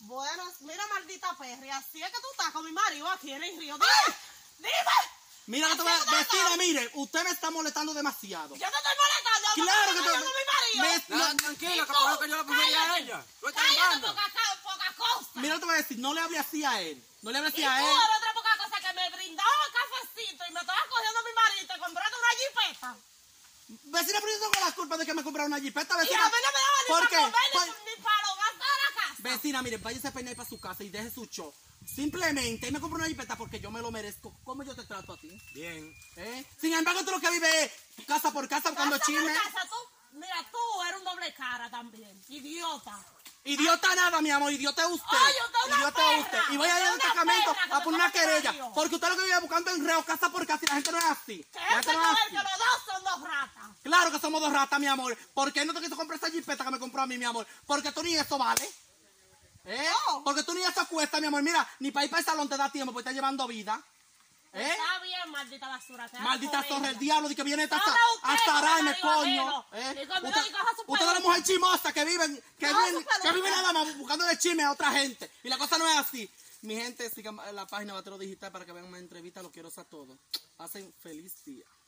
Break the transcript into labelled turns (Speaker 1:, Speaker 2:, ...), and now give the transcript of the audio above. Speaker 1: Bueno, mira, maldita perre, así es que tú estás con mi marido aquí en el río.
Speaker 2: ¡Ah!
Speaker 1: ¡Dime! ¡Dime!
Speaker 2: Mira que te voy
Speaker 1: Así
Speaker 2: a
Speaker 1: no tanto.
Speaker 2: vecina, mire, usted me está molestando demasiado.
Speaker 1: Yo te estoy molestando, yo
Speaker 2: Claro
Speaker 1: te
Speaker 2: que
Speaker 1: estoy
Speaker 2: te-
Speaker 1: molestando con mi marido.
Speaker 2: me-
Speaker 3: Nada,
Speaker 2: No,
Speaker 3: tranquila, que
Speaker 1: tú,
Speaker 3: por eso que yo la pusiera a
Speaker 1: cállate.
Speaker 3: ella. Tú estás
Speaker 1: Cállate,
Speaker 3: andando.
Speaker 1: poca, ca- poca cosa.
Speaker 2: Mira, eh. te voy a decir, no le hable así a él. No le hable
Speaker 1: y tú
Speaker 2: así a él.
Speaker 1: eres otra poca cosa que me brindaba un cafecito y me estabas cogiendo a mi marido y te compraste una jipeta.
Speaker 2: Vecina, pero yo tengo la culpa de que me compraron una jipeta,
Speaker 1: Y
Speaker 2: vecina.
Speaker 1: a mí no me daba ni
Speaker 2: ¿Por
Speaker 1: para
Speaker 2: qué?
Speaker 1: comer
Speaker 2: Por-
Speaker 1: ni, ni para lo gasto de la casa.
Speaker 2: Vecina, mire, váyase a peinar para su casa y deje su show. Simplemente, él me compró una jipeta porque yo me lo merezco. ¿Cómo yo te trato a ti?
Speaker 3: Bien.
Speaker 2: ¿Eh? Sin embargo, tú lo que vives es casa por casa buscando
Speaker 1: Casa por
Speaker 2: chisme.
Speaker 1: casa, tú- mira, tú eres un doble cara también, idiota.
Speaker 2: Idiota nada, mi amor, idiota es usted.
Speaker 1: Ay, usted es una
Speaker 2: idiota es
Speaker 1: perra.
Speaker 2: usted. Y voy a ir
Speaker 1: Usted
Speaker 2: al
Speaker 1: es una
Speaker 2: destacamento
Speaker 1: perra que
Speaker 2: a
Speaker 1: te
Speaker 2: poner una
Speaker 1: come tu
Speaker 2: querella.
Speaker 1: marido.
Speaker 2: Porque usted lo que vive buscando enreo, casa por casa, y la gente no es así.
Speaker 1: Que este
Speaker 2: La
Speaker 1: es
Speaker 2: gente no
Speaker 1: saber
Speaker 2: es
Speaker 1: que
Speaker 2: así.
Speaker 1: los dos son dos ratas.
Speaker 2: Claro que somos dos ratas, mi amor. ¿Por qué no te quiso comprar esa jipeta que me compró a mí, mi amor? Porque tú ni eso vale. ¿Eh? Porque tú ni eso cuesta, mi amor. Mira, ni para ir para el salón te da tiempo, porque estás llevando vida. ¿Eh?
Speaker 1: Está bien, maldita basura. te das
Speaker 2: Maldita
Speaker 1: con
Speaker 2: torre
Speaker 1: ella.
Speaker 2: del diablo, de que viene hasta,
Speaker 1: Habla usted,
Speaker 2: hasta
Speaker 1: con el
Speaker 2: ararme,
Speaker 1: marido
Speaker 2: coño.
Speaker 1: ajeno.
Speaker 2: ¿eh?
Speaker 1: Y conmigo
Speaker 2: Usted,
Speaker 1: y coja su
Speaker 2: usted es la
Speaker 1: peluca.
Speaker 2: mujer chimosa que vive, que
Speaker 1: Coja
Speaker 2: vive,
Speaker 1: su peluca.
Speaker 2: que vive nada más buscándole chisme a otra gente. Y la cosa no es así. Mi gente, sigan la página Batero Digital para que vean una entrevista. Los quiero a todos. Hacen feliz día.